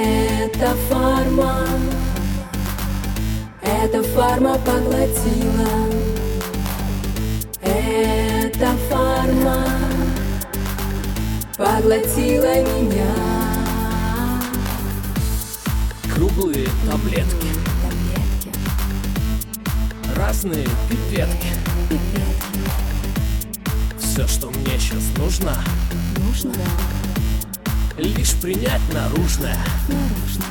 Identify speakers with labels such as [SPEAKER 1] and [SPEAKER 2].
[SPEAKER 1] Это фарма, эта фарма поглотила. Эта фарма поглотила меня.
[SPEAKER 2] Круглые таблетки,
[SPEAKER 1] Таблетки,
[SPEAKER 2] разные пипетки
[SPEAKER 1] пипетки,
[SPEAKER 2] Все, что мне сейчас нужно,
[SPEAKER 1] нужно,
[SPEAKER 2] лишь принять наружное
[SPEAKER 1] наружно.